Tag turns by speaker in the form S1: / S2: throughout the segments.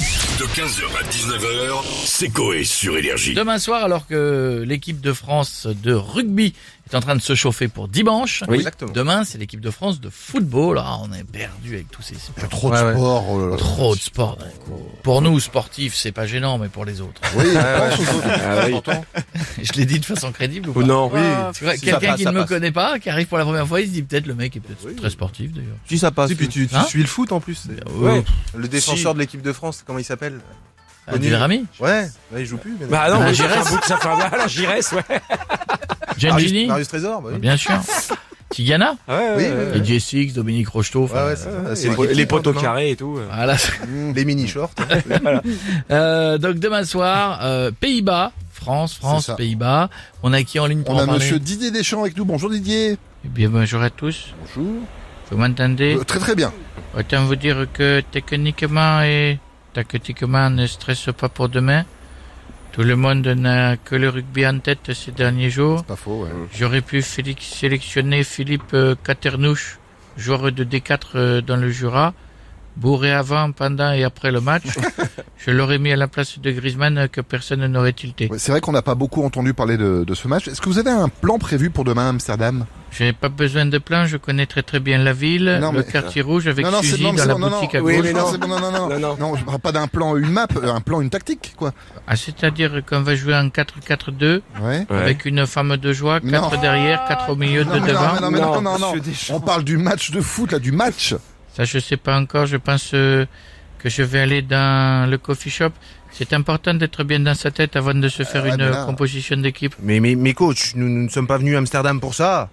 S1: De 15h à 19h, c'est Coé sur Énergie.
S2: Demain soir, alors que l'équipe de France de rugby est en train de se chauffer pour dimanche,
S3: Oui. Exactement.
S2: demain c'est l'équipe de France de football. Ah, on est perdu avec tous ces sports.
S4: Trop de
S3: Ouais, ouais.
S4: sport. oh là là.
S2: Trop de sport. d'un coup. Pour nous, sportifs, c'est pas gênant, mais pour les autres. Ah,
S4: Oui,
S2: Je l'ai dit de façon crédible ou pas
S3: Ou non
S2: Tu vois,
S3: Si ça
S2: Quelqu'un
S3: passe,
S2: qui ne
S3: ça
S2: me
S3: passe.
S2: connaît pas, qui arrive pour la première fois, il se dit peut-être le mec est peut-être très sportif d'ailleurs.
S3: Si ça passe.
S5: Si, puis tu, tu
S2: Hein
S5: suis le foot en plus. c'est-
S3: Ouais.
S5: Le défenseur de l'équipe de France, comment il s'appelle
S2: Ah, du Rami
S5: Ouais, ouais, il joue plus. mais-
S3: Bah non,
S2: Ah,
S3: mais ça fait
S2: Giresse.
S3: un bout que ça fait un Ah, la Giresse, ouais.
S2: Gengini
S5: Marius, Marius Trésor, bah oui.
S2: Bien sûr. Tigana
S5: Oui, oui, oui.
S2: Et J6, Dominique Rocheteau. enfin, euh,
S5: Ouais,
S6: Ah,
S5: ouais, ça,
S3: Ouais,
S5: Euh, c'est
S3: Les,
S5: l'équipe
S3: les
S5: type,
S3: potes au
S5: hein,
S3: carré et tout. euh.
S2: voilà.
S4: Mmh.
S5: demain. Les mini-shorts.
S2: Euh, donc demain soir, euh, Pays-Bas, France, France,
S4: ça.
S2: Pays-Bas. On a qui en ligne pour
S4: On
S2: en
S4: a
S2: parler
S4: monsieur Didier Deschamps avec nous. Bonjour Didier.
S2: Eh bien, bonjour à tous.
S4: Bonjour.
S2: Vous m'entendez
S4: Euh, très très bien.
S2: Autant vous dire que techniquement et tactiquement, ne stresse pas pour demain. Tout le monde n'a que le rugby en tête ces derniers jours.
S4: Pas faux, ouais.
S2: J'aurais pu félic- sélectionner Philippe euh, Caternouche, joueur de D4 euh, dans le Jura, bourré avant, pendant et après le match. Je l'aurais mis à la place de Griezmann euh, que personne n'aurait tilté.
S4: Ouais, C'est vrai qu'on n'a pas beaucoup entendu parler de, de ce match. Est-ce que vous avez un plan prévu pour demain à Amsterdam
S2: Je n'ai pas besoin de plan, je connais très très bien la ville,
S4: Non,
S2: le
S4: mais-
S2: quartier rouge avec
S4: Non, non, c'est
S2: Suzy
S4: non, mais
S2: dans
S4: c'est
S2: la
S4: bon, non, non.
S2: boutique à
S3: Oui,
S2: gauche.
S3: mais
S4: non,
S3: non.
S4: c'est bon, non, non, non.
S3: Non, non.
S4: je parle pas d'un plan, une map, euh, un plan, une tactique, quoi.
S2: Ah, C'est-à-dire qu'on va jouer en 4-4-2
S4: Ouais.
S2: avec une femme de joie,
S4: Non.
S2: 4 derrière, 4 au milieu,
S4: Non,
S2: 2
S4: mais non,
S2: devant.
S4: mais non, mais non, non, non.
S3: Monsieur Deschamps.
S4: On parle du match de foot, là, du match.
S2: Ça je sais pas encore, je pense euh, que je vais aller dans le coffee shop. C'est important d'être bien dans sa tête avant de se faire
S4: ouais,
S2: une
S4: mais là-
S2: euh, composition d'équipe.
S6: Mais, mais, mais coach, nous, nous ne sommes pas venus à Amsterdam pour ça.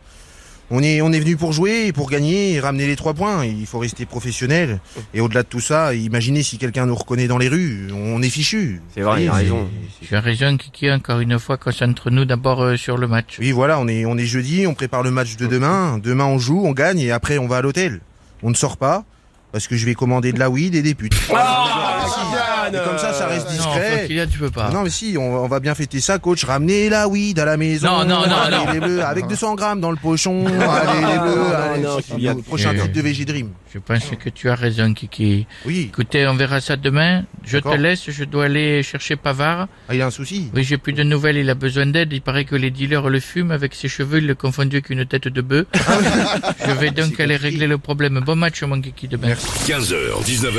S6: On est, on est venu pour jouer, pour gagner et ramener les trois points. Il faut rester professionnel. Et au-delà de tout ça, imaginez si quelqu'un nous reconnaît dans les rues. On est fichu.
S3: C'est vrai, il a raison.
S2: Tu as raison Kiki, encore une fois, concentre-nous d'abord euh, sur le match.
S6: Oui, voilà, on est, on est jeudi, on prépare le match de demain. Demain, on joue, on gagne et après, on va à l'hôtel. On ne sort pas parce que je vais commander de la weed et des putes.
S3: Ah,
S6: Et comme ça, ça reste
S2: Non, toi,
S6: discret.
S2: Kylian, tu peux pas.
S6: Non mais si, on, on va bien fêter ça, coach. Ramenez la weed à la maison.
S2: Non, non, non,
S6: Allez,
S2: non.
S6: les bleus, avec 200 grammes dans le pochon. Allez les bleus.
S3: Non,
S6: allez,
S3: non, Kylian.
S6: prochain
S2: Euh,
S6: titre de VG Dream.
S2: Je pense que tu as raison Kiki.
S6: Oui.
S2: Écoutez, on verra ça demain. Je te
S6: D'accord.
S2: laisse, je dois aller chercher Pavard.
S6: Ah, il a un souci.
S2: Oui, j'ai plus de nouvelles, il a besoin d'aide. Il paraît que les dealers le fument. Avec ses cheveux, il le confondu avec une tête de bœuf. je vais donc
S6: Ah c'est
S2: aller
S6: compliqué.
S2: régler le problème. Bon match, mon kiki, demain.
S1: 15h, 19h,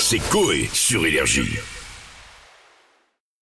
S1: c'est Coé sur Énergie.